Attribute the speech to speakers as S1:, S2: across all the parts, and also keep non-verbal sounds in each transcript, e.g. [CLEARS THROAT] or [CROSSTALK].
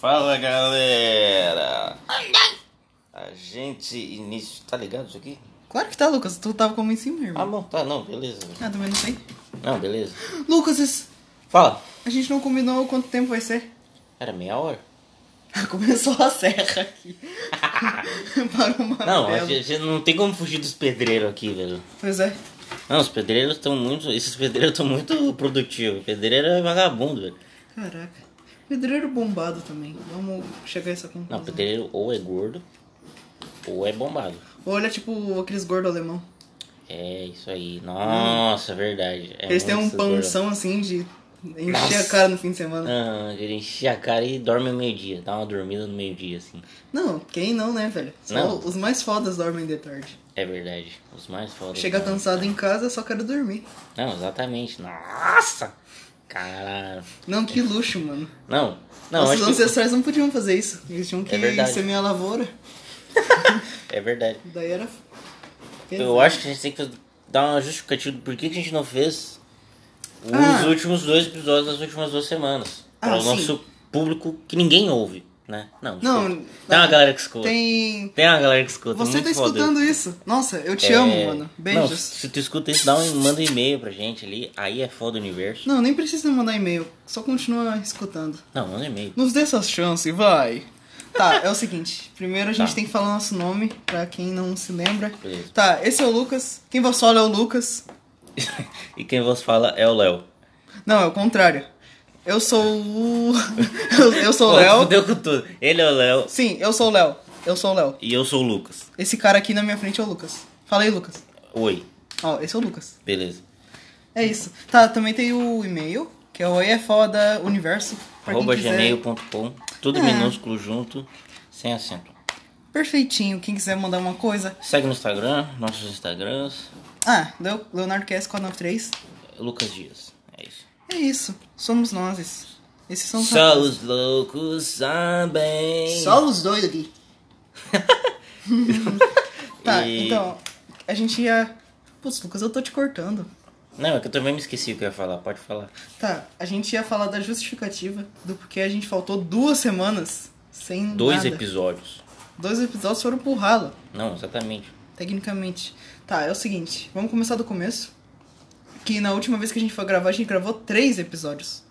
S1: Fala galera! A gente inicia. Tá ligado isso aqui?
S2: Claro que tá, Lucas. Tu tava como em cima, meu
S1: Ah,
S2: irmão.
S1: bom, tá, não, beleza.
S2: Ah, também não sei.
S1: Não, beleza.
S2: Lucas, isso-
S1: Fala!
S2: a gente não combinou quanto tempo vai ser. [LAUGHS]
S1: Era meia hora?
S2: Começou a
S1: [LAUGHS]
S2: serra aqui. Para o
S1: Não, a
S2: martelo.
S1: gente não tem como fugir dos pedreiros aqui, velho.
S2: Pois é.
S1: Não, os pedreiros estão muito. Esses pedreiros estão muito produtivos. Pedreiro é vagabundo, velho.
S2: Caraca. Pedreiro bombado também. Vamos chegar a essa conclusão.
S1: Não, pedreiro ou é gordo ou é bombado.
S2: Olha, tipo, aqueles gordos alemão.
S1: É isso aí. Nossa, verdade. É
S2: Eles têm um
S1: muito gordo.
S2: pãozão assim de encher
S1: Nossa.
S2: a cara no fim de semana.
S1: Ah, ele enche a cara e dorme ao meio-dia. Dá uma dormida no meio-dia, assim.
S2: Não, quem não, né, velho? Só
S1: Não.
S2: os mais fodas dormem de tarde.
S1: É verdade. Os mais fodas.
S2: Chega cansado em casa, só quero dormir.
S1: Não, exatamente. Nossa! Caralho.
S2: Não, que luxo, mano.
S1: Não, não,
S2: Nossos
S1: acho que... É
S2: ancestrais não podiam fazer isso. Eles tinham que
S1: verdade.
S2: semear a lavoura.
S1: É verdade.
S2: Daí era.
S1: Eu acho que a gente tem que dar uma justificativa do porquê que a gente não fez os
S2: Ah.
S1: últimos dois episódios das últimas duas semanas.
S2: Ah,
S1: para o
S2: sim.
S1: nosso público que ninguém ouve, né? Não,
S2: Não,
S1: desculpa. Tem uma galera que escuta. Tem,
S2: Tem.
S1: uma galera que escuta.
S2: Você
S1: muito
S2: tá
S1: foda.
S2: escutando isso? Nossa, eu te
S1: É,
S2: amo, mano.
S1: Não,
S2: Beijos.
S1: se tu escuta isso, dá um, manda um e-mail pra gente ali. Aí é foda o universo.
S2: Não, nem precisa mandar e-mail. Só continua escutando.
S1: Não, manda um e-mail. [LAUGHS]
S2: Nos dê essa chance, vai. Tá, é o seguinte. Primeiro a gente
S1: Tá.
S2: tem que falar nosso nome, pra quem não se lembra.
S1: Beleza.
S2: Tá, esse é o Lucas. Quem vos fala é o Lucas.
S1: E quem vos fala é o Léo.
S2: Não, é o contrário. Eu sou o. [LAUGHS] eu, eu sou o
S1: Pô,
S2: Léo.
S1: Fudeu com tudo. Ele é o Léo
S2: Sim, eu sou o Léo. Eu sou o Léo.
S1: e eu sou o Lucas.
S2: Esse cara aqui na minha frente é o Lucas. Fala aí, Lucas.
S1: Oi,
S2: Ó, esse é o Lucas.
S1: beleza.
S2: É isso. Tá, também tem o e-mail, que é o oiefodauniverso. pra quem
S1: Arroba
S2: quiser.
S1: gmail.com, tudo
S2: É.
S1: minúsculo junto, sem acento.
S2: Perfeitinho, quem quiser mandar uma coisa.
S1: Segue no Instagram, nossos Instagrams,
S2: Ah, Leo- Leonardo Cast 493.
S1: Lucas Dias. É isso.
S2: É isso. Somos nós. esses- Esses são os
S1: Só os loucos sabem.
S2: Então tá Só os dois aqui. [LAUGHS]
S1: [LAUGHS]
S2: tá,
S1: E-
S2: então, a gente ia. Putz, Lucas, eu tô te cortando.
S1: Não, é que eu também me esqueci o que eu ia falar, pode falar.
S2: Tá, a gente ia falar da justificativa do porquê a gente faltou duas semanas sem
S1: Dois
S2: nada.
S1: episódios.
S2: Dois episódios foram pro ralo,
S1: Não, exatamente.
S2: tecnicamente. Tá, é o seguinte, vamos começar do começo. Que na última vez que a gente foi gravar, a gente gravou três episódios.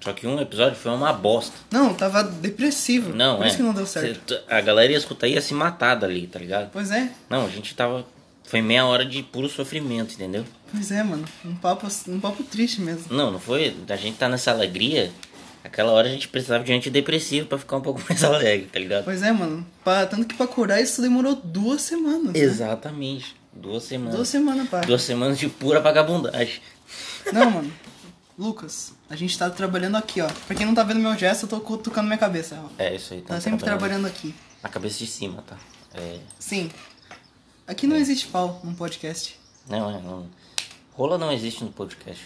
S1: Só que um episódio foi uma bosta.
S2: Não, tava depressivo.
S1: Não,
S2: por
S1: é.
S2: isso que não deu certo.
S1: Cê- t- a galera ia escutar e ia se matar dali, tá ligado?
S2: Pois é,
S1: Não, a gente tava. Foi meia hora de puro sofrimento, entendeu?
S2: pois é, mano. Um papo, um papo triste mesmo.
S1: Não, não foi. A gente tá nessa alegria. Aquela hora a gente precisava de antidepressivo pra ficar um pouco [LAUGHS] mais alegre, tá ligado?
S2: Pois é, mano. Pra- tanto que pra curar isso demorou duas semanas. né?
S1: Exatamente. Duas semanas.
S2: Duas semanas, pá.
S1: Duas semanas de pura vagabundagem.
S2: Não, mano. Lucas, a gente tá trabalhando aqui, ó. Pra quem não tá vendo meu gesto, eu tô cutucando minha cabeça, ó.
S1: É isso aí.
S2: Tá
S1: tamo
S2: sempre trabalhando aqui.
S1: Na cabeça de cima, tá? É.
S2: Sim. Aqui não existe pau num podcast.
S1: Não, é. Não... Rola não existe no podcast.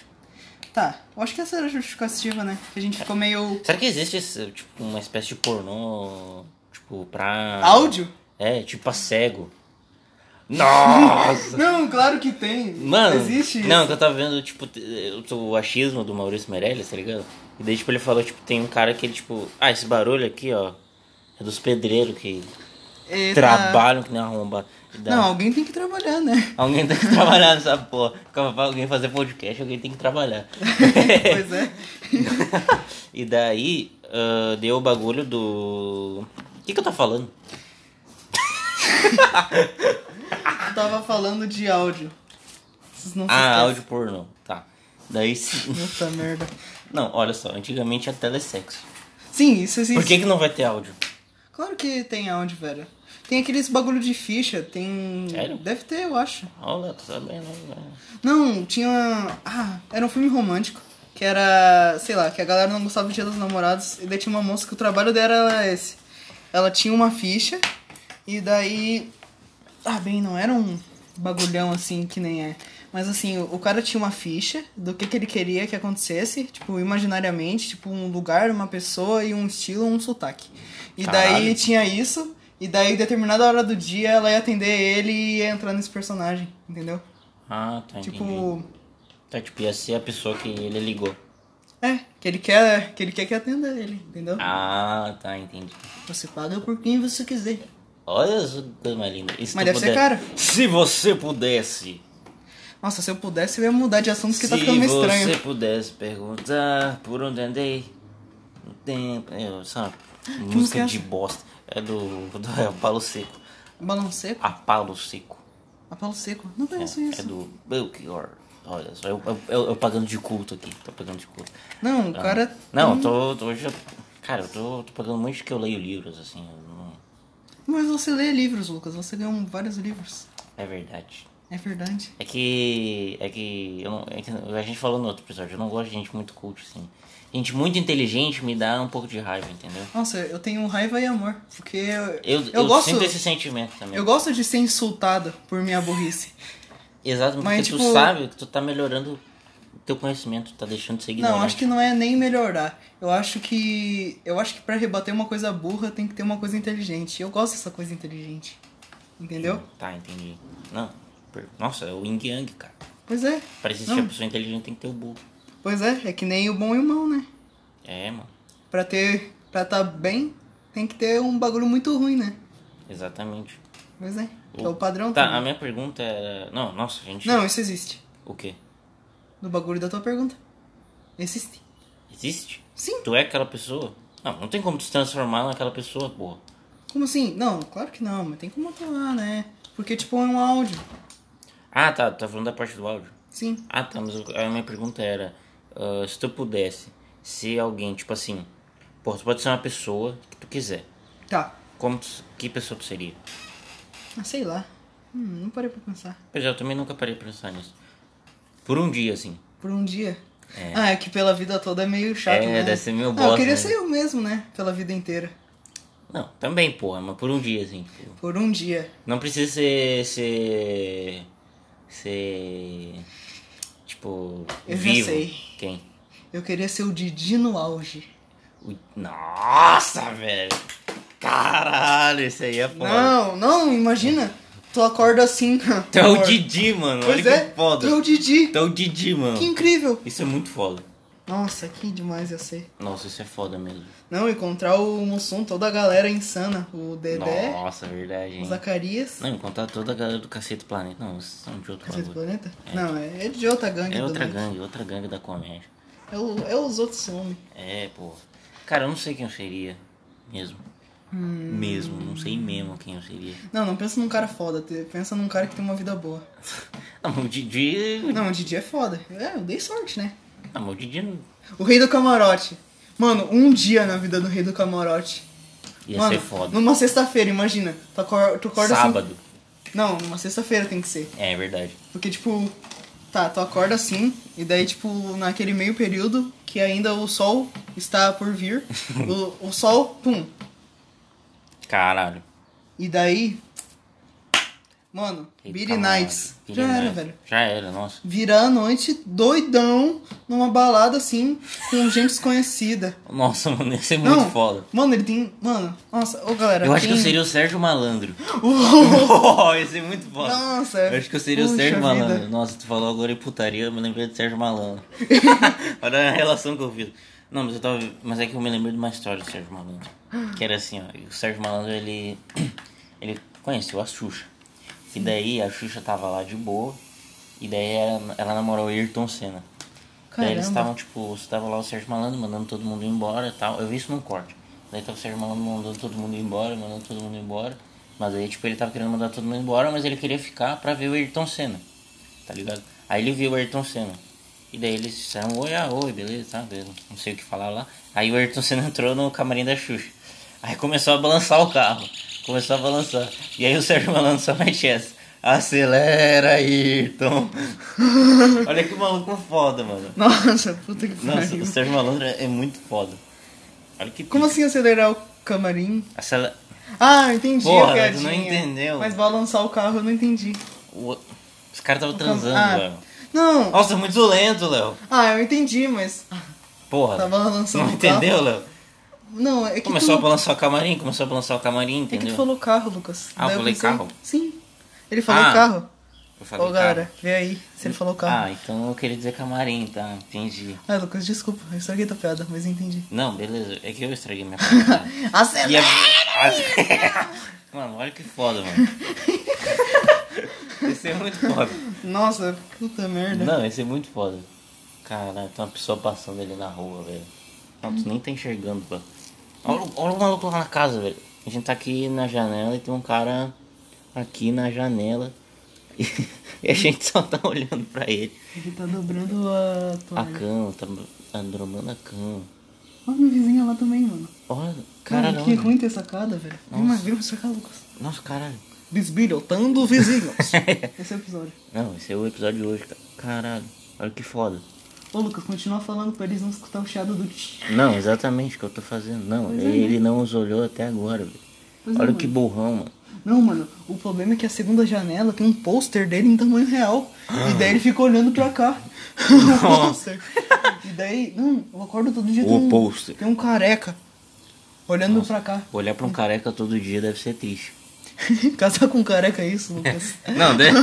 S2: Tá, eu acho que essa era a justificativa, né? Que a gente ficou meio.
S1: Será que existe esse, tipo, uma espécie de pornô? Tipo, pra.
S2: Áudio?
S1: É, tipo a
S2: [LAUGHS]
S1: cego. Nossa!
S2: Não, claro que tem.
S1: Mano,
S2: existe isso.
S1: não, que eu tava vendo, tipo, t- o achismo do Maurício Meirelles, tá ligado? E daí, tipo, ele falou, tipo, tem um cara que ele, tipo, ah, esse barulho aqui, ó, é dos pedreiros que
S2: É, tá-
S1: trabalham que nem arromba.
S2: Não, alguém tem que
S1: [LAUGHS]
S2: trabalhar, né?
S1: Alguém tem que trabalhar nessa porra. Pra alguém fazer podcast, alguém tem que
S2: [LAUGHS]
S1: trabalhar.
S2: pois é.
S1: e daí, ah, deu o bagulho do. O que que eu tô falando?
S2: Eu tava falando de áudio. Vocês não se
S1: Ah,
S2: esquecem.
S1: áudio pornô. Tá. Daí sim. [LAUGHS]
S2: Puta merda.
S1: Não, olha só, antigamente era telesexo.
S2: Sim, isso existe.
S1: Por que, que não vai ter áudio?
S2: Claro que tem áudio, velho. Tem aqueles bagulho de ficha, tem.
S1: Sério?
S2: Deve ter, eu acho.
S1: Olha, tô sabendo. né?
S2: Não, tinha. Ah, era um filme romântico. Que era. Sei lá, que a galera não gostava do dia dos namorados. E daí tinha uma moça que o trabalho dela era esse. Ela tinha uma ficha. E daí. Ah, bem, não era um bagulhão assim que nem é. Mas assim, o o cara tinha uma ficha do que, que ele queria que acontecesse, tipo, imaginariamente, tipo, um lugar, uma pessoa e um estilo, um sotaque. E daí
S1: Caralho.
S2: tinha isso, e daí determinada hora do dia ela ia atender ele e ia entrar nesse personagem, entendeu?
S1: Ah, tá, entendi.
S2: Tipo,
S1: Tá, tipo, ia ser a pessoa que ele ligou.
S2: É, que ele quer que, ele quer que atenda ele, entendeu?
S1: Ah, tá, entendi.
S2: Você paga por quem você quiser.
S1: Olha essa coisa mais linda. E se
S2: Mas
S1: tu
S2: deve ser caro.
S1: Se você pudesse.
S2: Nossa, se eu pudesse, eu ia mudar de assunto que tá
S1: se
S2: ficando meio
S1: você
S2: estranho.
S1: pudesse perguntar por onde andei. No tempo. Eu, sabe? Música,
S2: música é
S1: de bosta. É do, do é Apalo Seco.
S2: Balão seco?
S1: Apalo Seco.
S2: Apalo seco. Não conheço isso.
S1: Ah. É do Belchior. Olha só, eu, eu, eu- eu pagando de culto aqui. Tô pagando de culto.
S2: Não, o cara.
S1: Ah.
S2: é-
S1: Não, eu
S2: um
S1: tô, tô hoje. eu- Cara, eu tô, tô pagando muito que eu leio livros, assim. eu não-
S2: Mas você lê livros, Lucas. Você leu vários livros.
S1: É verdade.
S2: É verdade.
S1: É que. É que, eu não- é que A gente falou no outro episódio, eu não gosto de gente muito culta, assim. Gente muito inteligente me dá um pouco de raiva, entendeu?
S2: Nossa, eu tenho raiva e amor. Porque eu,
S1: Eu,
S2: eu
S1: eu,
S2: gosto.
S1: sinto esse sentimento também.
S2: Eu gosto de ser insultado por minha burrice.
S1: [LAUGHS] Exato, porque
S2: Mas,
S1: tu
S2: tipo-
S1: sabe que tu tá melhorando o teu conhecimento, tu tá deixando de ser
S2: Não,
S1: ignorante.
S2: acho que não é nem melhorar. Eu acho que. Eu acho que pra rebater uma coisa burra tem que ter uma coisa inteligente. Eu gosto dessa coisa inteligente. Entendeu?
S1: Tá, entendi. Não. per- Nossa, é o Yin Yang, cara.
S2: Pois é.
S1: Pra existir a pessoa inteligente tem que ter o burro.
S2: Pois é, é que nem o bom e o mal, né?
S1: É, mano.
S2: Pra ter. Pra tá bem, tem que ter um bagulho muito ruim, né?
S1: Exatamente.
S2: Pois é. Que é o padrão
S1: Tá,
S2: também.
S1: a minha pergunta era. Não, nossa, gente.
S2: Não, isso existe.
S1: O quê?
S2: No bagulho da tua pergunta. Existe.
S1: Existe?
S2: Sim.
S1: Tu é aquela pessoa? Não, não tem como tu se transformar naquela pessoa, porra.
S2: Como assim? Não, claro que não, mas tem como atuar, né? Porque, tipo, é um áudio.
S1: Ah, tá, tu tá falando da parte do áudio.
S2: Sim.
S1: Ah, tá, mas eu- a minha pergunta era: ah, se tu pudesse ser alguém, tipo assim, porra, tu pode ser uma pessoa que tu quiser.
S2: Tá.
S1: Como tu, que pessoa tu seria?
S2: Ah, sei lá. Hum, não parei pra pensar.
S1: Pois é, eu também nunca parei pra pensar nisso. Por um dia, assim.
S2: Por um dia. Ah, é que pela vida toda é meio chato,
S1: É,
S2: né?
S1: deve ser meio
S2: Ah,
S1: bosta,
S2: eu queria
S1: né?
S2: ser eu mesmo, né? Pela vida inteira.
S1: Não, também, porra, mas por um dia, assim. tipo,
S2: Por um dia.
S1: Não precisa ser. ser. ser. tipo.
S2: Eu já
S1: vivo.
S2: sei.
S1: Quem?
S2: Eu queria ser o Didi no auge.
S1: O- Nossa, velho! Caralho, esse aí é foda.
S2: Não, não, imagina. Tu acorda assim. [LAUGHS]
S1: Tu é o
S2: amor.
S1: Didi, mano.
S2: Pois
S1: Olha
S2: é,
S1: que foda.
S2: tu é o Didi.
S1: Tu é o Didi, mano.
S2: Que incrível.
S1: Isso é muito foda.
S2: Nossa, que demais eu sei.
S1: Nossa, isso é foda mesmo.
S2: Não, encontrar o Mussum, toda a galera insana. O Dedé,
S1: Nossa, é verdade,
S2: o
S1: hein?
S2: Zacarias.
S1: Não, é encontrar toda a galera do Cacete Planeta. Não, esses são de outro
S2: Cacete do
S1: bagulho.
S2: Planeta? Não, é, é de outra gangue.
S1: É
S2: do
S1: outra
S2: Net.
S1: gangue, outra gangue da comédia.
S2: É, o, é os outros homens.
S1: É, pô. Cara, eu não sei quem eu seria. Mesmo.
S2: Hum.
S1: Mesmo, não sei mesmo quem eu seria.
S2: Não, não pensa num cara foda. te- Pensa num cara que tem uma vida boa.
S1: Não, mas o Didi.
S2: Não, o Didi é foda. É, eu dei sorte, né?
S1: Não, mas o Didi. não-
S2: O Rei do Camarote. Mano, um dia na vida do Rei do Camarote.
S1: Ia
S2: Mano,
S1: ser foda.
S2: Numa sexta-feira, imagina. Tu, acor tu acorda
S1: Sábado.
S2: assim. Não, numa sexta-feira tem que ser.
S1: É, é verdade.
S2: Porque, tipo, tá, tu acorda assim, e daí, tipo, naquele meio período que ainda o sol está por
S1: [LAUGHS]
S2: vir, o, o sol, pum.
S1: Caralho.
S2: E daí. Mano,
S1: Eita,
S2: Billy
S1: mano.
S2: Nights.
S1: Billy
S2: Já era,
S1: Knights.
S2: velho.
S1: Já era, nossa.
S2: Virar a noite doidão numa balada assim, com gente desconhecida.
S1: Nossa, mano, ia ser [LAUGHS] muito
S2: Não,
S1: foda.
S2: mano, ele tem. Mano, nossa, ô galera.
S1: Eu acho que
S2: tem-
S1: eu seria o Sérgio Malandro.
S2: [GASPS] Uou!
S1: [LAUGHS] ia ser muito foda.
S2: Nossa,
S1: Eu acho que eu seria o
S2: puxa
S1: Sérgio Malandro.
S2: vida.
S1: Nossa, tu falou agora em putaria, eu me lembrei do Sérgio Malandro.
S2: [LAUGHS]
S1: Olha a relação que eu fiz. Não, mas eu tava. Mas é que eu me lembrei de uma história do Sérgio Malandro. Que era assim, ó. O Sérgio Malandro, ele. [CLEARS THROAT] Ele conheceu a Xuxa. E daí a Xuxa tava lá de boa. E daí ela, ela namorou o Ayrton Senna. Daí eles
S2: Caramba.
S1: estavam, tipo, estava lá o Sérgio Malandro mandando todo mundo embora e tal. Eu vi isso num corte. Daí tava o Sérgio Malandro mandando todo mundo embora, mandando todo mundo embora. Mas aí, tipo, ele tava querendo mandar todo mundo embora, mas ele queria ficar pra ver o Ayrton Senna. Tá ligado? Aí ele viu o Ayrton Senna. E daí eles disseram, oi, ah, oi, beleza, tá, beleza. Não sei o que falar lá. Aí o Ayrton [LAUGHS] Senna entrou no camarim da Xuxa. Aí começou a balançar o carro. Começou a balançar. E aí o Sérgio Malandro só mete essa. Acelera, Ayrton. [LAUGHS] Olha que maluco foda, mano.
S2: Nossa, puta que
S1: Nossa, o
S2: pariu.
S1: Sérgio Malandro é muito foda. Olha que.
S2: Como assim acelerar o camarim?
S1: Acela...
S2: Ah, entendi.
S1: Porra,
S2: a
S1: tu
S2: piadinha.
S1: não entendeu.
S2: Mas balançar o carro eu não entendi.
S1: O... Os caras estavam transando,
S2: Ah,
S1: Léo.
S2: Não.
S1: Nossa, muito lento, Léo.
S2: Ah, eu entendi, mas.
S1: Porra.
S2: Tá balançando
S1: Não
S2: o
S1: entendeu, Léo?
S2: Não, é que.
S1: Começou a
S2: tu...
S1: balançar o camarim, começou a balançar o camarim,
S2: É que
S1: entendeu?
S2: tu falou carro, Lucas.
S1: Ah, eu
S2: Daí
S1: falei
S2: pensei-
S1: carro?
S2: Sim. Ele falou
S1: Ah.
S2: carro.
S1: eu falei
S2: Ô, galera, vê aí se ele falou
S1: carro.
S2: carro.
S1: Ah, então eu queria dizer camarim, tá? Entendi.
S2: Ah, Lucas, desculpa, eu estraguei tua piada, mas eu entendi.
S1: Não, beleza. É que eu estraguei minha palavra. E
S2: Acelera!
S1: a- [LAUGHS] Mano, olha que foda,
S2: [LAUGHS]
S1: mano. Esse é muito foda.
S2: Nossa, puta merda.
S1: Não, esse é muito foda. Cara, tem uma pessoa passando ali na rua, velho. Não, tu nem tá enxergando, pô. Olha, o- olha o maluco lá na casa, velho. A gente tá aqui na janela e tem um cara aqui na janela. [LAUGHS] E, e a gente só tá olhando pra ele.
S2: Ele tá dobrando a
S1: A
S2: toalha.
S1: cama, tá, tá dobrando a cama.
S2: Olha minha vizinha lá também, mano.
S1: Olha,
S2: Cara,
S1: caralho.
S2: que ruim ter sacada, velho. Vem mais, vem mais pra cá, Lucas.
S1: Nossa, caralho. [LAUGHS]
S2: Desbilhotando vizinhos. Esse é o episódio.
S1: Não, esse é o episódio de hoje, cara. Caralho, olha que foda.
S2: Ô, Lucas, continua falando pra eles não escutar o chiado do tch.
S1: Não, exatamente o que eu tô fazendo. Não,
S2: Pois é, né?
S1: ele não os olhou até agora, velho.
S2: Pois é,
S1: Olha
S2: mano.
S1: que burrão, mano.
S2: Não, mano, o problema é que a segunda janela tem um pôster dele em tamanho real. E daí ele fica olhando
S1: [LAUGHS]
S2: pra cá. o pôster. E daí, não, eu acordo todo dia
S1: O
S2: tem um,
S1: pôster.
S2: Tem um careca olhando pra cá. [LAUGHS]
S1: Olhar pra um careca todo dia deve ser triste.
S2: Casar com careca é isso, Lucas.
S1: Não, deve...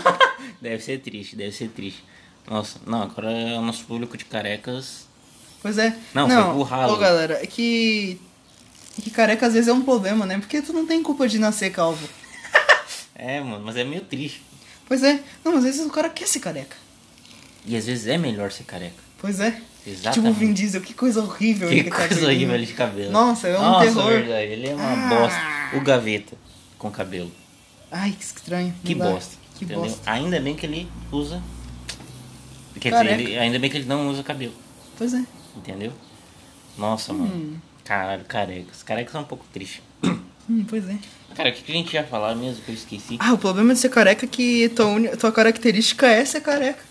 S1: [LAUGHS] deve ser triste, deve ser triste. Nossa, não, agora é o nosso público de carecas.
S2: Pois é.
S1: Não, foi pro ralo.
S2: Ô, galera, é que. é Que careca às vezes é um problema, né? Porque tu não tem culpa de nascer calvo.
S1: É, mano, mas é meio triste.
S2: Pois é. Não, às vezes o cara quer ser careca.
S1: E às vezes é melhor ser careca.
S2: Pois é.
S1: Exatamente.
S2: Tipo o Vin Diesel, que coisa horrível
S1: Que
S2: ele tá
S1: coisa
S2: perdendo.
S1: horrível ele de cabelo.
S2: Nossa, é um
S1: Nossa,
S2: terror. Ah.
S1: verdade, ele é uma bosta. O gaveta com cabelo.
S2: Ai, que estranho.
S1: Que
S2: Não dá.
S1: bosta.
S2: Que
S1: entendeu?
S2: bosta.
S1: Ainda bem que ele usa. Quer
S2: Careca.
S1: dizer, ele- ainda bem que ele não usa cabelo.
S2: Pois é.
S1: Entendeu? Nossa, mano. Caralho, careca. Os carecas são um pouco tristes.
S2: Hum, pois é.
S1: Cara, o que, que a gente ia falar mesmo que eu esqueci?
S2: Ah, o problema de ser careca é que tua, uni- tua característica é ser careca.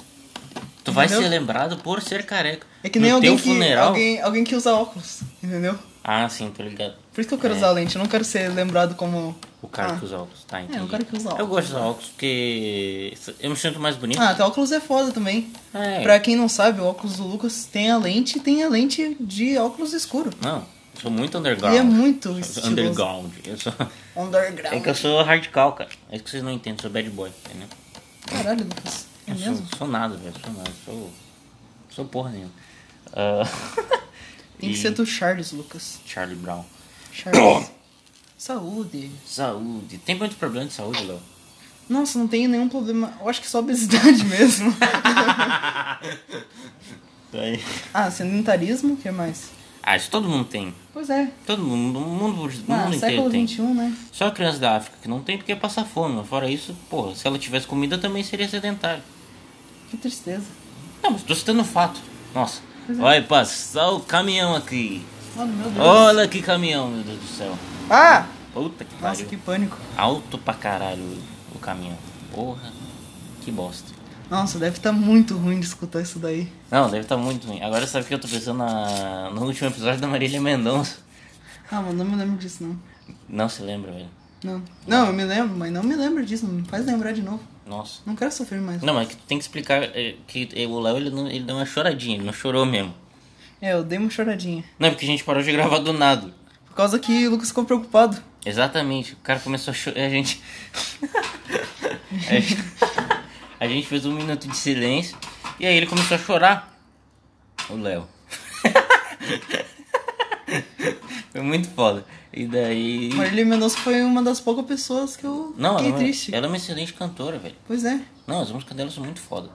S1: tu vai
S2: entendeu?
S1: ser lembrado por ser careca.
S2: É que nem
S1: no
S2: alguém
S1: teu
S2: que,
S1: funeral.
S2: alguém alguém que usa óculos, entendeu?
S1: Ah, sim, tô ligado.
S2: Por isso que eu quero
S1: É.
S2: usar lente, eu não quero ser lembrado como...
S1: O cara
S2: ah.
S1: que usa óculos, tá? Entendi.
S2: o cara que usa
S1: Eu
S2: óculos,
S1: gosto de usar óculos porque eu me sinto mais bonito.
S2: Ah, teu óculos é foda também.
S1: É.
S2: Pra quem não sabe, o óculos do Lucas tem a lente e tem a lente de óculos escuro.
S1: Não, eu sou muito underground.
S2: E
S1: [LAUGHS]
S2: é muito
S1: Eu sou
S2: estiloso.
S1: underground. Eu sou...
S2: Underground.
S1: É que eu sou radical, cara. É isso que vocês não entendem, eu sou bad boy, entendeu?
S2: Caralho, Lucas. É
S1: Eu sou,
S2: mesmo?
S1: sou nada, velho. Sou nada. Sou, sou porra nenhuma. Ah,
S2: [LAUGHS] Tem que
S1: e
S2: ser do Charles, Lucas.
S1: Charlie
S2: [COUGHS]
S1: Brown.
S2: Charles. Saúde.
S1: Saúde. Tem muito problema de saúde, Léo?
S2: Nossa, não tenho nenhum problema. Eu acho que só obesidade [LAUGHS] mesmo.
S1: Daí-
S2: ah, sedentarismo, o que mais?
S1: Ah, isso todo mundo tem.
S2: Pois é.
S1: Todo mundo, o mundo, o mundo
S2: Ah,
S1: inteiro
S2: século
S1: tem.
S2: XXI, né?
S1: Só a criança da África que não tem porque passa fome. mas Fora isso, porra, se ela tivesse comida também seria sedentário.
S2: Que tristeza.
S1: Não, mas tô citando um fato. Nossa.
S2: Pois é.
S1: Olha, passar o caminhão aqui.
S2: Oh, meu Deus.
S1: Olha que caminhão, meu Deus do céu.
S2: Ah!
S1: Puta que
S2: Nossa,
S1: pariu.
S2: que pânico.
S1: Alto pra caralho o caminhão. Porra, que bosta.
S2: Nossa, deve estar muito ruim de escutar isso daí.
S1: Não, deve estar muito ruim. Agora sabe o que eu tô pensando na... no último episódio da Marília Mendonça.
S2: Ah, mano, não me lembro disso, não.
S1: Não se lembra, velho.
S2: Não. Não, eu me lembro, mas não me lembro disso. Não me faz lembrar de novo.
S1: Nossa.
S2: Não quero sofrer mais.
S1: Não, mas que tu tem que explicar é, que é, o Léo ele, não- ele deu uma choradinha, ele não chorou mesmo.
S2: É, eu dei uma choradinha.
S1: Não, é porque a gente parou de gravar do nada.
S2: Por causa que o Lucas ficou preocupado.
S1: Exatamente, o cara começou a chorar. A gente. [LAUGHS] a gente- a gente fez um minuto de silêncio e aí ele começou a chorar. O Léo. [LAUGHS] Foi muito foda. E daí.
S2: Marília Mendonça foi uma das poucas pessoas que eu
S1: Não,
S2: fiquei
S1: ela,
S2: triste.
S1: ela é uma excelente cantora, velho.
S2: Pois é.
S1: Não, as músicas dela são muito foda.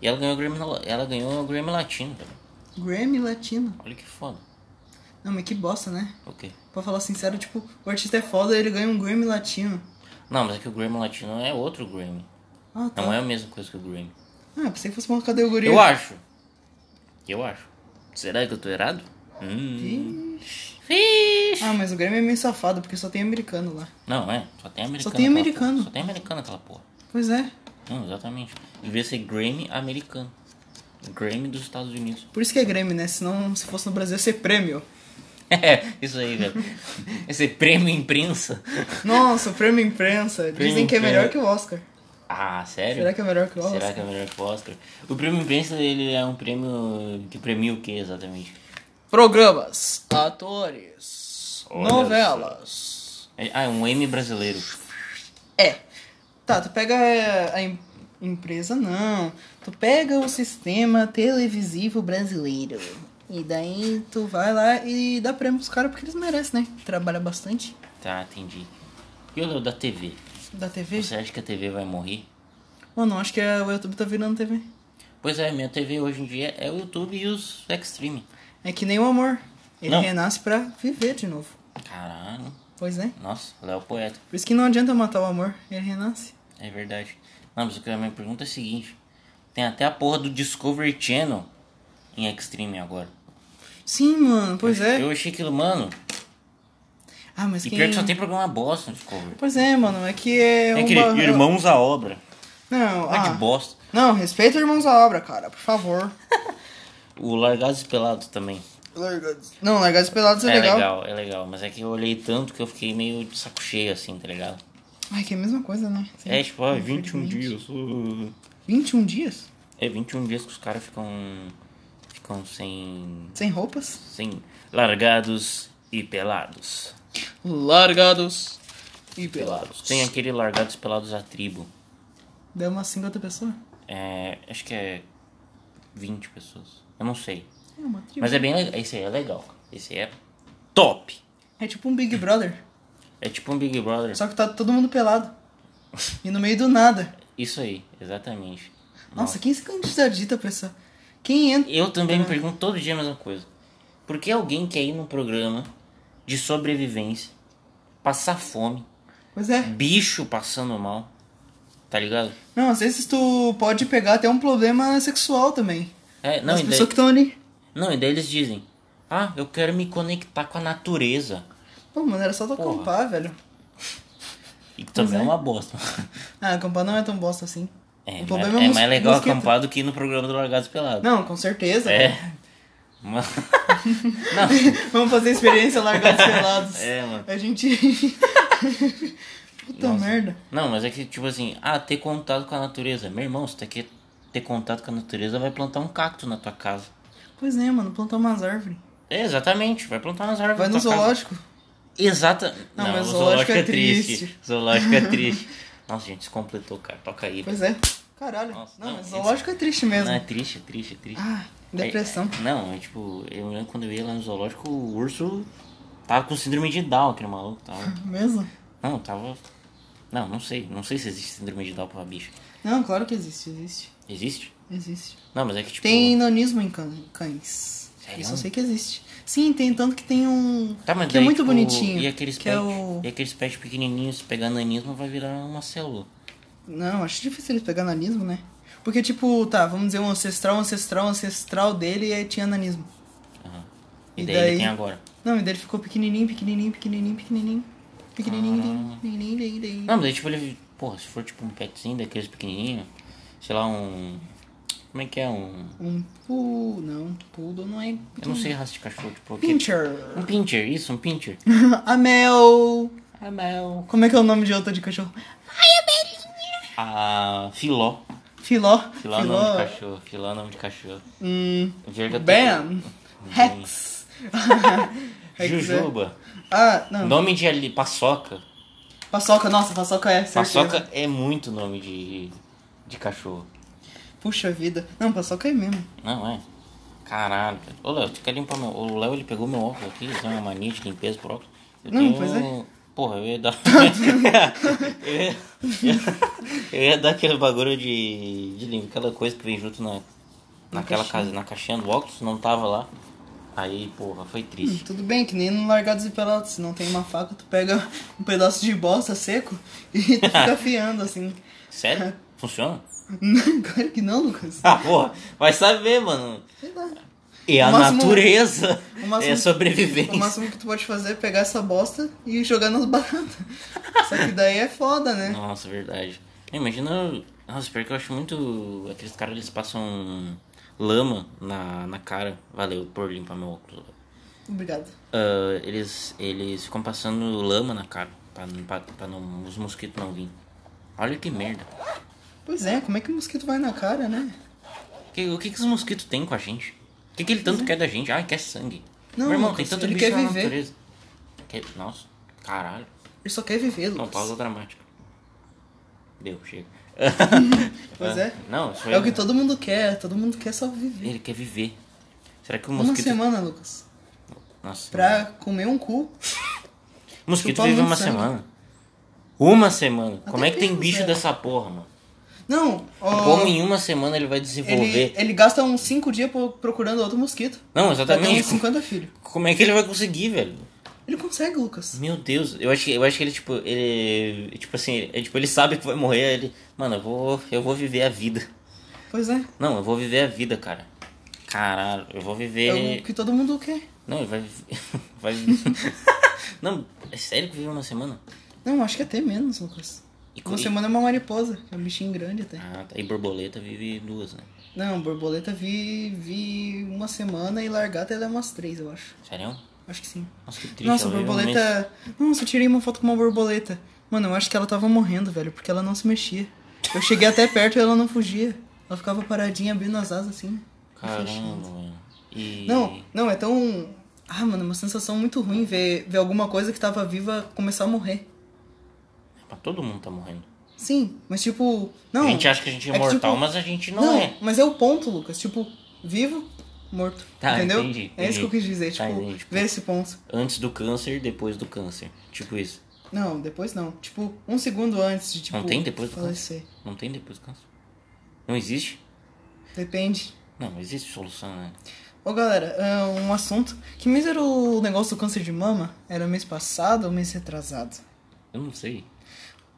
S1: E ela ganhou o Grammy, la- ela ganhou o Grammy Latino, velho.
S2: Grammy Latino.
S1: Olha que foda.
S2: Não, mas que bosta, né?
S1: O quê?
S2: Pra falar sincero, tipo, o artista é foda, ele ganha um Grammy Latino.
S1: Não, mas é que o Grammy Latino é outro Grammy.
S2: Ah, tá.
S1: Não é a mesma coisa que o Grammy.
S2: Ah, pensei que fosse uma categoria.
S1: Eu acho. Eu acho. Será que eu tô errado? Hum.
S2: Ixi.
S1: Vixe.
S2: Ah, mas o Grammy é meio safado, porque só tem americano lá.
S1: Não, é. Só tem americano.
S2: Só tem
S1: aquela
S2: americano.
S1: porra. Só tem americano aquela porra.
S2: Pois é.
S1: Não, exatamente. Devia ser Grammy americano. Grammy dos Estados Unidos. [LAUGHS]
S2: Por isso que é Grammy, né? Senão, se fosse no Brasil, ia ser prêmio.
S1: É, isso aí, velho. Esse prêmio imprensa.
S2: Nossa, o prêmio imprensa. Dizem
S1: Prêmio
S2: que é melhor
S1: imprensa.
S2: que o Oscar.
S1: Ah, sério?
S2: Será que é melhor que o Oscar?
S1: Será que é melhor que o Oscar? O prêmio imprensa, ele é um prêmio que premia o quê, exatamente?
S2: Programas, atores,
S1: Olha
S2: novelas.
S1: É- Ah, é um M brasileiro.
S2: É. Tá, tu pega é, a, im- Empresa não. Tu pega o sistema televisivo brasileiro. E daí tu vai lá e dá prêmio pros caras porque eles merecem, né? Trabalha bastante.
S1: Tá, entendi. E o da TV?
S2: Da TV?
S1: Você acha que a TV vai morrer?
S2: Mano, acho que a- o YouTube tá virando TV.
S1: Pois é, minha TV hoje em dia é o YouTube e os Xtreme.
S2: É que nem o amor. Ele
S1: Não.
S2: renasce pra viver de novo.
S1: Caralho.
S2: Pois é.
S1: Nossa, Léo Poeta.
S2: Por isso que não adianta matar o amor. Ele renasce.
S1: É verdade. Não, mas o que a minha pergunta é a seguinte. Tem até a porra do Discovery Channel em Extreme agora.
S2: Sim, mano. Pois é.
S1: Eu achei aquilo, mano.
S2: Ah, mas
S1: E
S2: quem...
S1: pior que só tem programa bosta no Discovery.
S2: Pois é, mano. É que é
S1: Tem
S2: um...
S1: aquele
S2: ba-
S1: Irmãos à Obra.
S2: Não,
S1: Ah, de
S2: ah,
S1: bosta.
S2: não, respeita o Irmãos à Obra, cara. Por favor.
S1: O Largados e Pelados também.
S2: Largados. Não, Largados e Pelados é,
S1: é
S2: legal.
S1: legal, é legal. Mas é que eu olhei tanto que eu fiquei meio de saco cheio, assim, tá ligado?
S2: Ai, que é a mesma coisa, né? Sim.
S1: É tipo, ah, 21
S2: Infelizmente.
S1: dias. uh.
S2: 21 dias?
S1: É 21 dias que os caras ficam. ficam sem.
S2: Sem roupas?
S1: sem. largados e pelados.
S2: Largados e pelados.
S1: Tem aquele largados e pelados à tribo.
S2: Deu uma 50 pessoa?
S1: É, acho que é 20 pessoas. Eu não sei.
S2: É uma tribo.
S1: Mas é bem legal. Esse aí é legal. Esse aí é top.
S2: É tipo um Big Brother.
S1: É tipo um Big Brother.
S2: Só que tá todo
S1: [LAUGHS]
S2: mundo pelado. E no meio do nada.
S1: Isso aí, exatamente.
S2: Nossa, quem se candidata pra essa? Quem entra?
S1: Eu também me pergunto todo dia a mesma coisa. Por que alguém quer ir num programa de sobrevivência, passar fome,
S2: Pois é.
S1: bicho passando mal, tá ligado?
S2: Não, às vezes tu pode pegar até um problema sexual também.
S1: É, não,
S2: As
S1: e daí,
S2: pessoas que tá- estão ali.
S1: não, e daí eles dizem, ah, eu quero me conectar com a natureza.
S2: Pô, mano, era só tu
S1: Porra.
S2: acampar, velho.
S1: E que também é. uma
S2: [LAUGHS]
S1: bosta.
S2: Ah, acampar não é tão bosta assim.
S1: É,
S2: O
S1: mas-
S2: problema
S1: é
S2: é mos-
S1: mais legal
S2: mosquito.
S1: acampar do que ir no programa do Largados Pelados.
S2: Não, tá com certeza.
S1: É. [LAUGHS] Mano. não,
S2: [LAUGHS] Vamos fazer experiência largados pelados.
S1: É, mano.
S2: A gente. [LAUGHS] Puta merda.
S1: não, mas é que, tipo assim, ah, ter contato com a natureza. Meu irmão, se tu quer ter contato com a natureza, vai plantar um cacto na tua casa.
S2: Pois é, mano, plantar umas árvores.
S1: É, exatamente, vai plantar umas árvores.
S2: Vai
S1: na
S2: no
S1: tua casa.
S2: zoológico.
S1: Exata.
S2: Não,
S1: Não,
S2: mas
S1: o zoológico é, triste.
S2: triste.
S1: Zoológico é
S2: [LAUGHS]
S1: triste. Nossa, gente, descompletou, cara. Toca aí.
S2: Pois é. Caralho.
S1: Nossa,
S2: não,
S1: não,
S2: mas
S1: isso-
S2: zoológico é triste mesmo.
S1: Não, é triste, é triste, é triste.
S2: Ah, depressão.
S1: É, é, não, é tipo, eu lembro quando eu ia lá no zoológico, o urso tava com síndrome de Down, aquele maluco. Tava...
S2: Mesmo?
S1: Não, tava. Não, não sei. Não sei se existe síndrome de Down pra bicho.
S2: Não, claro que existe, existe.
S1: Existe?
S2: Existe.
S1: Não, mas é que tipo.
S2: Tem né? nanismo em cã- cães.
S1: Sério?
S2: Isso eu sei que existe. Sim, tem tanto que tem um.
S1: Tá, mas
S2: que é
S1: daí,
S2: muito
S1: tipo,
S2: bonitinho.
S1: E aqueles
S2: que
S1: pets.
S2: é o.
S1: E aqueles pets pequenininhos, se pegar nanismo, vai virar uma célula.
S2: Não, acho difícil eles pegar nanismo, né? Porque, tipo, tá, vamos dizer, um ancestral, um ancestral, um ancestral dele e aí tinha nanismo.
S1: Aham. E,
S2: E
S1: daí,
S2: daí?
S1: ele tem agora.
S2: Não, e daí ele ficou pequenininho, pequenininho, pequenininho, pequenininho. Pequenininho, pequenininho, pequenininho.
S1: Não, mas aí, tipo, ele. Porra, se for tipo um petzinho daqueles pequenininho, sei lá, um. Como é que é? Um.
S2: Um pu... Não, poodle não é...
S1: Eu não sei raça de cachorro, tipo. aquele-
S2: Pincher. [LAUGHS]
S1: Um pincher, isso, um pincher.
S2: A Mel...
S1: Ah, meu.
S2: Como é que é o nome de outra de cachorro?
S1: Ah, filó.
S2: Filó.
S1: Filó é nome de cachorro. Filó é nome de cachorro. é
S2: Hum...
S1: Verga
S2: Ben.
S1: Ben. [LAUGHS]
S2: Rex. Rex,
S1: Jujuba.
S2: é. Ah, não.
S1: Nome de ali, paçoca.
S2: Paçoca, nossa, paçoca é, certeza.
S1: Paçoca é muito nome de, de cachorro.
S2: Puxa vida. Não, paçoca é mesmo.
S1: Não é? Caralho. cara. Ô, Léo, tu quer limpar meu. O Léo ele pegou meu óculos aqui, ele tem uma mania de limpeza por óculos. Eu
S2: Não,
S1: tenho-
S2: pois é.
S1: Porra, eu ia
S2: [LAUGHS]
S1: dar. [LAUGHS] eu, ia... eu ia dar aquele bagulho de. de limpar aquela coisa que vem junto na. Naquela
S2: caixinha.
S1: casa, na caixinha do óculos, não tava lá. Aí, porra, foi triste.
S2: Tudo bem, que nem no Largados e Pelados, se não tem uma faca, tu pega um pedaço de bosta seco [LAUGHS] e tu fica afiando assim. [LAUGHS]
S1: Sério? Funciona?
S2: Não, claro que não, Lucas.
S1: Ah, porra, vai saber, mano.
S2: Sei lá. Um
S1: E
S2: O
S1: a
S2: máximo-
S1: natureza
S2: o máximo-
S1: é sobrevivência.
S2: O máximo que tu pode fazer é pegar essa bosta e jogar nas baratas. Só que daí é foda, né?
S1: Nossa, verdade. Imagina. Nossa, pior que eu acho muito. Aqueles caras eles passam lama na, na cara. Valeu por limpar meu óculos.
S2: Obrigado.
S1: Ah, eles, eles ficam passando lama na cara pra, não- pra, pra não, os mosquitos não virem. Olha que merda.
S2: Pois é, como é que o mosquito vai na cara, né?
S1: Que- o que, que os mosquitos têm com a gente? O que, que ele tanto quer da gente? Ah, quer sangue.
S2: Não,
S1: meu irmão,
S2: Lucas,
S1: tem tanto
S2: ele
S1: bicho
S2: quer
S1: na
S2: viver.
S1: natureza. Que- nossa, caralho.
S2: Ele só quer viver,
S1: Não,
S2: Lucas.
S1: pausa dramática. Deu, chega. Ah,
S2: Pois é.
S1: Não, isso
S2: É o que todo mundo quer, todo mundo quer só viver.
S1: Ele quer viver. Será que o
S2: Uma
S1: Hum, mosquito.
S2: semana, Lucas.
S1: Nossa.
S2: Pra comer um cu.
S1: O mosquito
S2: chupar
S1: vive
S2: muito
S1: uma
S2: sangue.
S1: semana. Uma semana. Como é que tem
S2: penso,
S1: bicho
S2: é.
S1: dessa porra, mano?
S2: Não, ó,
S1: Como em uma semana ele vai
S2: ele,
S1: desenvolver?
S2: ele gasta uns 5 dias pro- procurando outro mosquito.
S1: Não,
S2: Pra ter
S1: exatamente.
S2: uns 50 filhos.
S1: Como é que ele vai conseguir, velho?
S2: Ele consegue, Lucas.
S1: Meu Deus, eu acho que, eu acho que ele, tipo, ele. Tipo assim, é, tipo, ele sabe que vai morrer, ele. Mano, eu vou. Eu vou viver a vida.
S2: Pois é.
S1: Não, eu vou viver a vida, cara. Caralho, eu vou
S2: É
S1: viver.
S2: o que todo mundo quer.
S1: Não, ele vai. [LAUGHS]
S2: [LAUGHS]
S1: vai... não, é sério que vive uma semana?
S2: Não, acho que até menos, Lucas.
S1: E co-
S2: Uma
S1: e-
S2: semana é uma mariposa, é um bichinho grande até.
S1: Ah, tá. E borboleta vive duas, né?
S2: Não, borboleta vi, vi uma semana e largata ela é umas três, eu acho.
S1: Sério?
S2: Acho que sim.
S1: Nossa, que triste.
S2: Nossa,
S1: ela vive um mês.
S2: borboleta. Nossa, eu tirei uma foto com uma borboleta. Mano, eu acho que ela tava morrendo, velho, porque ela não se mexia. Eu cheguei até perto e ela não fugia. Ela ficava paradinha abrindo as asas assim. e fechando.
S1: Caramba, mano. E.
S2: Não, não, é tão. Ah, mano, é uma sensação muito ruim ver, ver alguma coisa que tava viva começar a morrer.
S1: Mas Todo mundo tá morrendo.
S2: Sim, mas tipo. Não.
S1: a gente acha que a gente é,
S2: é que,
S1: mortal,
S2: tipo,
S1: mas a gente não,
S2: Não,
S1: é.
S2: mas é o ponto, Lucas. Tipo, vivo, morto.
S1: Tá,
S2: entendeu?
S1: entendi,
S2: É
S1: entendi.
S2: isso que eu quis dizer, tipo,
S1: Tá, entendi, tipo-
S2: ver esse ponto.
S1: Antes do câncer, depois do câncer. Tipo isso.
S2: Não, depois não. Tipo, um segundo antes de, tipo.
S1: Não tem depois do
S2: falecer.
S1: Não tem depois do câncer? Não existe?
S2: Depende.
S1: Não, não existe solução, né?
S2: Ô galera, ah, um assunto. Que mês era o negócio do câncer de mama? Era mês passado ou mês retrasado?
S1: Eu não sei.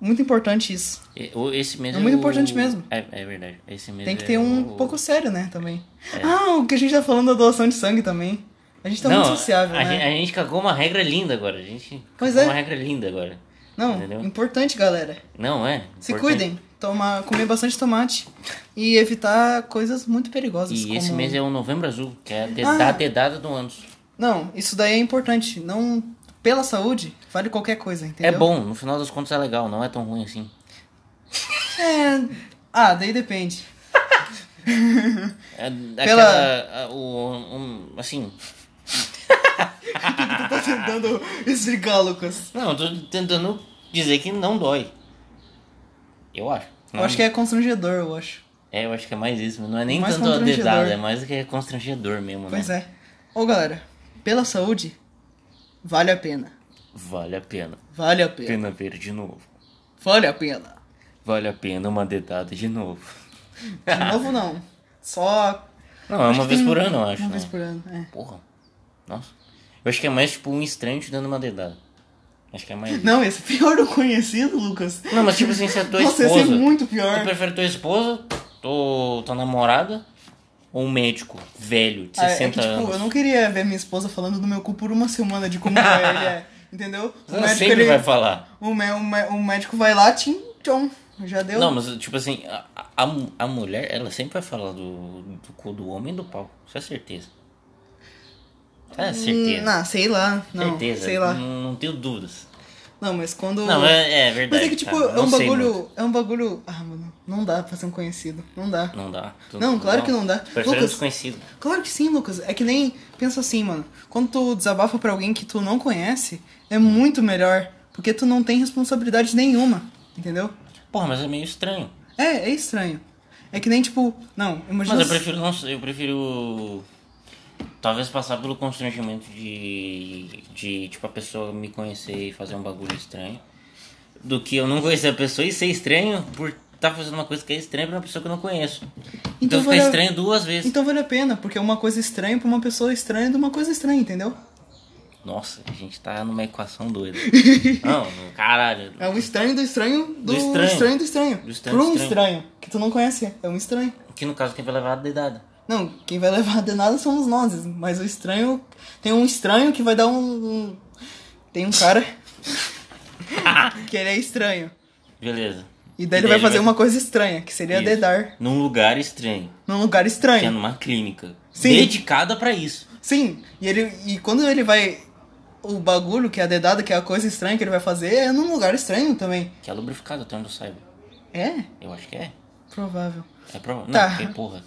S2: Muito importante isso.
S1: E- o- Esse mês
S2: É muito
S1: o-
S2: importante mesmo.
S1: É, é verdade. Esse mês
S2: Tem que
S1: é
S2: ter um
S1: o-
S2: pouco sério, né, também.
S1: É.
S2: Ah, o que a gente tá falando da doação de sangue também. A gente tá muito sociável,
S1: a,
S2: né?
S1: gente, é, a gente cagou uma regra linda agora. A gente
S2: Pois
S1: cagou
S2: é.
S1: uma regra linda agora.
S2: Não,
S1: Entendeu?
S2: importante, galera.
S1: Não, é.
S2: Se
S1: importante.
S2: cuidem, tomar, comer bastante tomate e evitar coisas muito perigosas.
S1: E esse
S2: como-
S1: mês é o novembro azul, que é a deda-
S2: Ah.
S1: dedada do ano.
S2: Não, isso daí é importante. Não pela saúde, vale qualquer coisa,
S1: É
S2: entendeu?
S1: bom, no final das contas é legal, não é tão ruim assim.
S2: É... Ah, daí depende.
S1: É aquela.
S2: Pela-
S1: a- o- um- assim.
S2: Eu tô
S1: Ah.
S2: [LAUGHS] tentando explicar, Lucas.
S1: Não, eu tô tentando dizer que não dói. Eu acho. né?
S2: Eu acho que é constrangedor, eu acho.
S1: É, eu acho que é mais isso, mas não é nem
S2: Mais
S1: tanto a
S2: constrangedor.
S1: dedada, é mais que é constrangedor mesmo,
S2: Pois
S1: né?
S2: é. Ô, galera, pela saúde, vale a pena.
S1: Vale a pena.
S2: Vale a pena.
S1: Pena ver de novo.
S2: Vale a pena.
S1: Vale a pena uma dedada de novo. [LAUGHS]
S2: De novo, não. Só.
S1: Não, é
S2: Acho
S1: uma
S2: que
S1: vez
S2: tem
S1: por
S2: um-
S1: ano, eu acho.
S2: Uma
S1: né?
S2: vez por ano, é.
S1: Porra. Nossa. Eu acho que é mais tipo um estranho te dando uma dedada. Acho que é
S2: [LAUGHS]
S1: mais.
S2: Não, esse é pior do conhecido, Lucas.
S1: Não, mas tipo assim, se é tua
S2: Nossa, esse é
S1: esposa.
S2: muito
S1: Tu
S2: pior.
S1: prefere tua esposa, tua, tua namorada ou um médico velho de
S2: Ah,
S1: 60
S2: é que, tipo,
S1: anos?
S2: eu não queria ver minha esposa falando do meu cu por uma semana de como ele
S1: [LAUGHS]
S2: é, entendeu?
S1: Ela sempre vai falar.
S2: o, mé- o mé- o médico vai lá, tim, tchom, já deu.
S1: Não, mas tipo assim, a, a, a mulher, ela sempre vai falar do, do cu do homem e do pau. Isso é certeza. É certeza.
S2: Hum, ah, sei lá, não,
S1: certeza.
S2: sei lá.
S1: Não, não tenho dúvidas.
S2: Não, mas quando...
S1: Não, é, é verdade.
S2: Mas é que, tipo,
S1: tá,
S2: é
S1: não
S2: um
S1: sei muito.
S2: bagulho... É um bagulho... Ah, mano, não dá pra ser um conhecido, não dá.
S1: Não dá. Tu-
S2: Não, claro que não dá.
S1: Tu Prefere um
S2: Lucas-
S1: desconhecido.
S2: Claro que sim, Lucas. É que nem. Pensa assim, mano. Quando tu desabafa pra alguém que tu não conhece, é muito melhor. Porque tu não tem responsabilidade nenhuma. Entendeu?
S1: Porra, mas é meio estranho.
S2: É, é estranho. É que nem, tipo. Não, imagina.
S1: Mas eu
S2: se-
S1: prefiro não eu prefiro talvez passar pelo constrangimento de de tipo a pessoa me conhecer e fazer um bagulho estranho do que eu não conhecer a pessoa e ser estranho por estar tá fazendo uma coisa que é estranha pra uma pessoa que eu não conheço. Então,
S2: Então
S1: fica
S2: vale a-
S1: estranho duas vezes.
S2: Então vale a pena, porque é uma coisa estranha pra uma pessoa estranha de uma coisa estranha, entendeu? Então
S1: Nossa, a gente tá numa equação
S2: [LAUGHS]
S1: doida. não, caralho.
S2: É um estranho do estranho do,
S1: Do estranho.
S2: do estranho.
S1: Do estranho do
S2: Pra um
S1: estranho.
S2: estranho. que tu não conhece, é um estranho.
S1: Que no caso quem vai levar a dedada.
S2: Não, quem vai levar a denada somos nós, mas o estranho. Tem um estranho que vai dar um. um- tem um cara.
S1: [LAUGHS]
S2: [LAUGHS] que ele é estranho.
S1: Beleza. Tipo,
S2: E daí ele vai fazer uma coisa estranha, que seria
S1: Isso.
S2: dedar
S1: num lugar estranho,
S2: num lugar
S1: que é
S2: estranho.
S1: numa clínica
S2: Sim.
S1: dedicada pra isso.
S2: Sim, e, ele, e quando ele vai. O bagulho, que é a dedada, que é a coisa estranha que ele vai fazer, é num lugar estranho também.
S1: Que é lubrificado, até onde eu saiba.
S2: É?
S1: Eu acho que é.
S2: Provável.
S1: É provável.
S2: Tá.
S1: Não, porque, porra.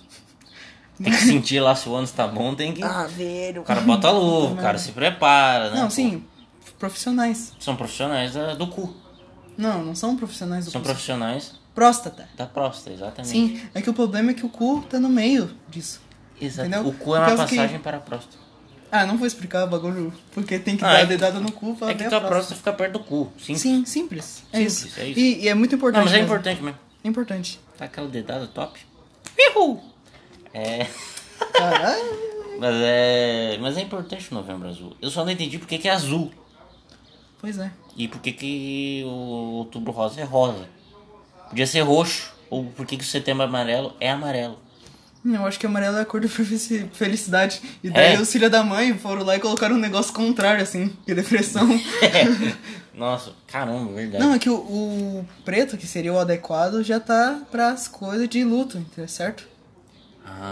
S1: Tem que sentir lá se o ônibus tá bom,
S2: [LAUGHS]
S1: tem que.
S2: Ah, velho.
S1: O cara bota a luva, o cara se prepara, né?
S2: Não,
S1: pô?
S2: sim, profissionais.
S1: São profissionais da- do cu.
S2: Não, não são profissionais do
S1: São
S2: curso.
S1: profissionais
S2: próstata.
S1: Da próstata, exatamente.
S2: Sim, é que o problema é que o cu tá no meio disso.
S1: Exato.
S2: entendeu?
S1: O cu é
S2: Por
S1: uma
S2: causa que-
S1: passagem para a próstata.
S2: Ah, não vou explicar o bagulho, porque tem que
S1: Ah,
S2: dar
S1: é
S2: a
S1: que-
S2: dedada no cu pra
S1: É
S2: ver
S1: que
S2: a
S1: tua
S2: próstata.
S1: próstata fica perto do cu. Sim.
S2: Sim, simples. É
S1: Simples,
S2: isso.
S1: é isso.
S2: E, e é muito importante.
S1: Não, mas é
S2: mesmo.
S1: importante mesmo.
S2: É importante.
S1: Tá aquela dedada top. Ihu! É.
S2: Caralho.
S1: Mas é. Mas é importante o novembro azul. Eu só não entendi porque que é azul.
S2: pois é.
S1: E por que, que o outubro rosa é rosa? Podia ser roxo. Ou por que, que o setembro amarelo é amarelo?
S2: Eu acho que amarelo é a cor da felici- felicidade. E daí
S1: É?
S2: os filhos da mãe foram lá e colocaram um negócio contrário, assim,
S1: [LAUGHS]
S2: que depressão.
S1: É.
S2: [LAUGHS]
S1: Nossa, caramba, verdade.
S2: Não, é que o, o preto, que seria o adequado, já tá pras coisas de luto, entendeu? certo?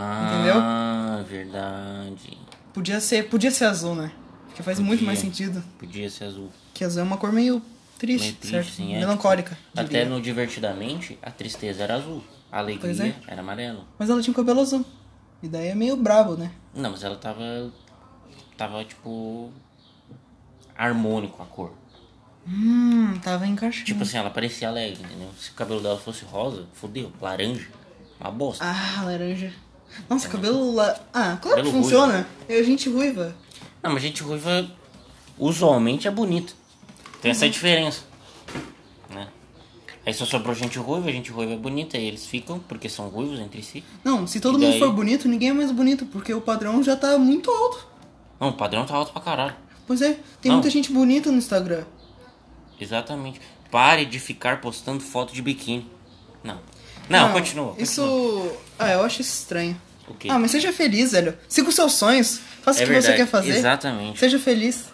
S1: ah, verdade.
S2: Podia ser, podia ser azul, né? Porque faz muito
S1: Podia.
S2: mais sentido.
S1: Podia ser azul.
S2: Que azul é uma cor meio triste,
S1: Meio triste,
S2: certo?
S1: sim, é.
S2: Melancólica.
S1: Até
S2: diria.
S1: no Divertidamente, a tristeza era azul. A
S2: Pois
S1: alegria
S2: é.
S1: era amarelo.
S2: Mas ela tinha o cabelo azul. E daí é meio brabo, né?
S1: Não, mas ela tava. Tava tipo. harmônico a cor.
S2: Hum, tava encaixando.
S1: Tipo assim, ela parecia alegre, entendeu? Se o cabelo dela fosse rosa, fodeu. Laranja, uma bosta.
S2: Ah, laranja. Nossa, cabelo la... Ah, claro
S1: Cabelo
S2: que funciona. É gente ruiva.
S1: Não, mas gente ruiva usualmente é bonita. Tem
S2: Uhum.
S1: essa diferença. Né? Aí só sobrou gente ruiva, gente ruiva é bonita, e eles ficam porque são ruivos entre si.
S2: Não, se todo
S1: E
S2: mundo
S1: daí?
S2: for bonito, ninguém é mais bonito, porque o padrão já tá muito alto.
S1: Não, o padrão tá alto pra caralho.
S2: Pois é, tem
S1: Não.
S2: muita gente bonita no Instagram.
S1: Exatamente. Pare de ficar postando foto de biquíni. Não. Não, continua.
S2: Isso.
S1: continua.
S2: Ah, eu acho isso estranho.
S1: O quê?
S2: Ah, mas seja feliz, velho. Siga os seus sonhos. Faça
S1: É
S2: o que você
S1: verdade,
S2: quer fazer.
S1: exatamente.
S2: Seja feliz.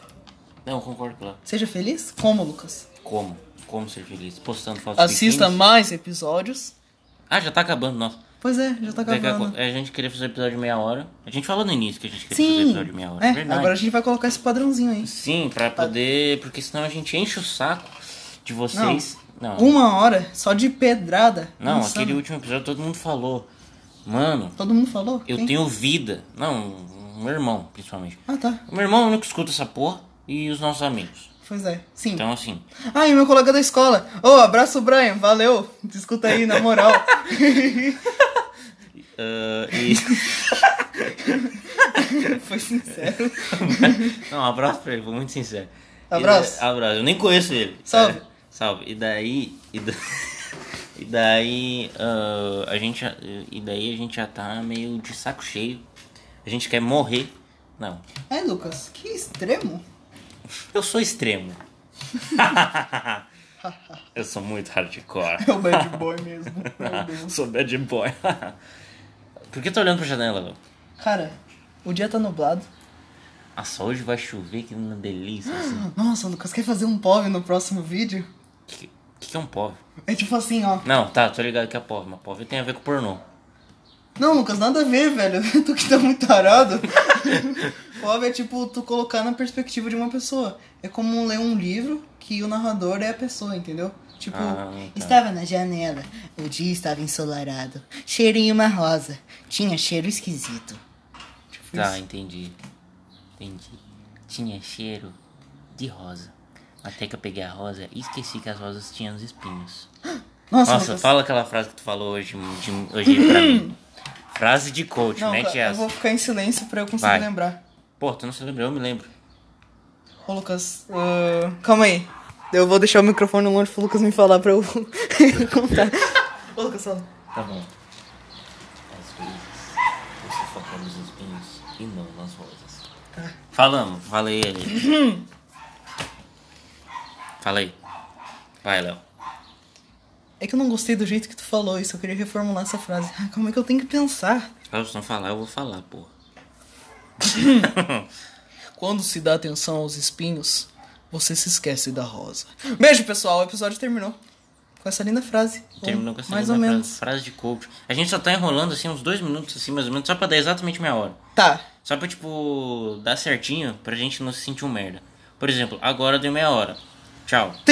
S1: Não, eu concordo com ela.
S2: Seja feliz? Como, Lucas?
S1: Como? Como ser feliz? Postando foto de
S2: Assista
S1: biquíni.
S2: mais episódios.
S1: Ah, já tá acabando, nossa.
S2: Pois é, já tá
S1: Daqui a
S2: acabando.
S1: co- A gente queria fazer episódio de meia hora. A gente falou no início que a gente queria fazer
S2: Sim.
S1: episódio de meia hora.
S2: É,
S1: verdade.
S2: agora a gente vai colocar esse padrãozinho aí.
S1: Sim, pra poder. Porque senão a gente enche o saco de vocês. Não, não,
S2: Uma hora só de pedrada. Nossa,
S1: aquele último episódio todo mundo falou. Mano,
S2: Todo mundo falou?
S1: eu
S2: Quem?
S1: tenho vida. Não, meu irmão, principalmente.
S2: Ah, tá.
S1: O meu irmão é o único que escuta essa porra e os nossos amigos.
S2: Pois é. Sim.
S1: Então, assim,
S2: Ah, e meu colega da escola. Ô, abraço, Brian. Valeu. Te Escuta aí, na [LAUGHS] moral.
S1: ah, e-
S2: Foi sincero.
S1: Não, um abraço pra ele, foi muito sincero. E
S2: Abraço.
S1: da- abraço, eu nem conheço ele.
S2: Salve.
S1: É, salve. E daí. E, da- [LAUGHS] e daí. ah, a gente. já- E daí a gente já tá meio de saco cheio. A gente quer morrer. Não.
S2: É, Lucas, que extremo.
S1: Eu sou extremo. [LAUGHS] eu sou muito hardcore. [LAUGHS]
S2: É o bad boy mesmo. Meu Deus.
S1: sou bad boy. [LAUGHS] Por que tá olhando pra janela, Léo?
S2: Cara, o dia tá nublado.
S1: Nossa, hoje vai chover que uma delícia. assim.
S2: Nossa, Lucas, quer fazer um POV no próximo vídeo?
S1: O que, que que é um pobre?
S2: É tipo assim, ó.
S1: Não, tá, tô ligado que é pobre, mas pobre tem a ver com pornô.
S2: Não, Lucas, nada a ver, velho. [LAUGHS] Tu que tá muito tarado.
S1: [LAUGHS]
S2: POV é tipo tu colocar na perspectiva de uma pessoa. É como ler um livro que o narrador é a pessoa, entendeu? Tipo,
S1: Ah, tá.
S2: estava na janela, o dia estava ensolarado, cheirinho uma rosa, tinha cheiro esquisito. Tipo
S1: Tá,
S2: isso.
S1: entendi. Entendi. Tinha cheiro de rosa. Até que eu peguei a rosa e esqueci que as rosas tinham os espinhos.
S2: Nossa,
S1: Nossa,
S2: Lucas.
S1: fala aquela frase que tu falou hoje, de, hoje pra mim. Frase de coach,
S2: Não,
S1: mete
S2: cara, eu
S1: essa.
S2: vou ficar em silêncio pra eu conseguir
S1: Vai.
S2: lembrar.
S1: Pô, tu não se lembra, eu me lembro.
S2: Ô, Lucas, ah, calma aí. Eu vou deixar o microfone longe pro Lucas me falar pra eu
S1: [LAUGHS]
S2: [LAUGHS] contar. Ô, Lucas, fala.
S1: Tá bom. Às vezes, você foca nos espinhos e não nas rosas. Uhum. Falamos, falei ali. falei. Vai, Léo.
S2: É que eu não gostei do jeito que tu falou isso, eu queria reformular essa frase. Ah, como é que eu tenho que pensar?
S1: Léo, se não falar, eu vou falar, porra.
S2: Quando se dá atenção aos espinhos, você se esquece da rosa. Beijo, pessoal, o episódio terminou. Com essa linda frase.
S1: Terminou com essa
S2: Mais
S1: linda
S2: ou
S1: um frase,
S2: menos.
S1: frase de coach. A gente só tá enrolando assim uns dois minutos, assim, mais ou menos, só pra dar exatamente meia hora.
S2: Tá.
S1: Só pra, tipo, dar certinho pra gente não se sentir um merda. Por exemplo, agora deu meia hora. Tchau.
S2: Tri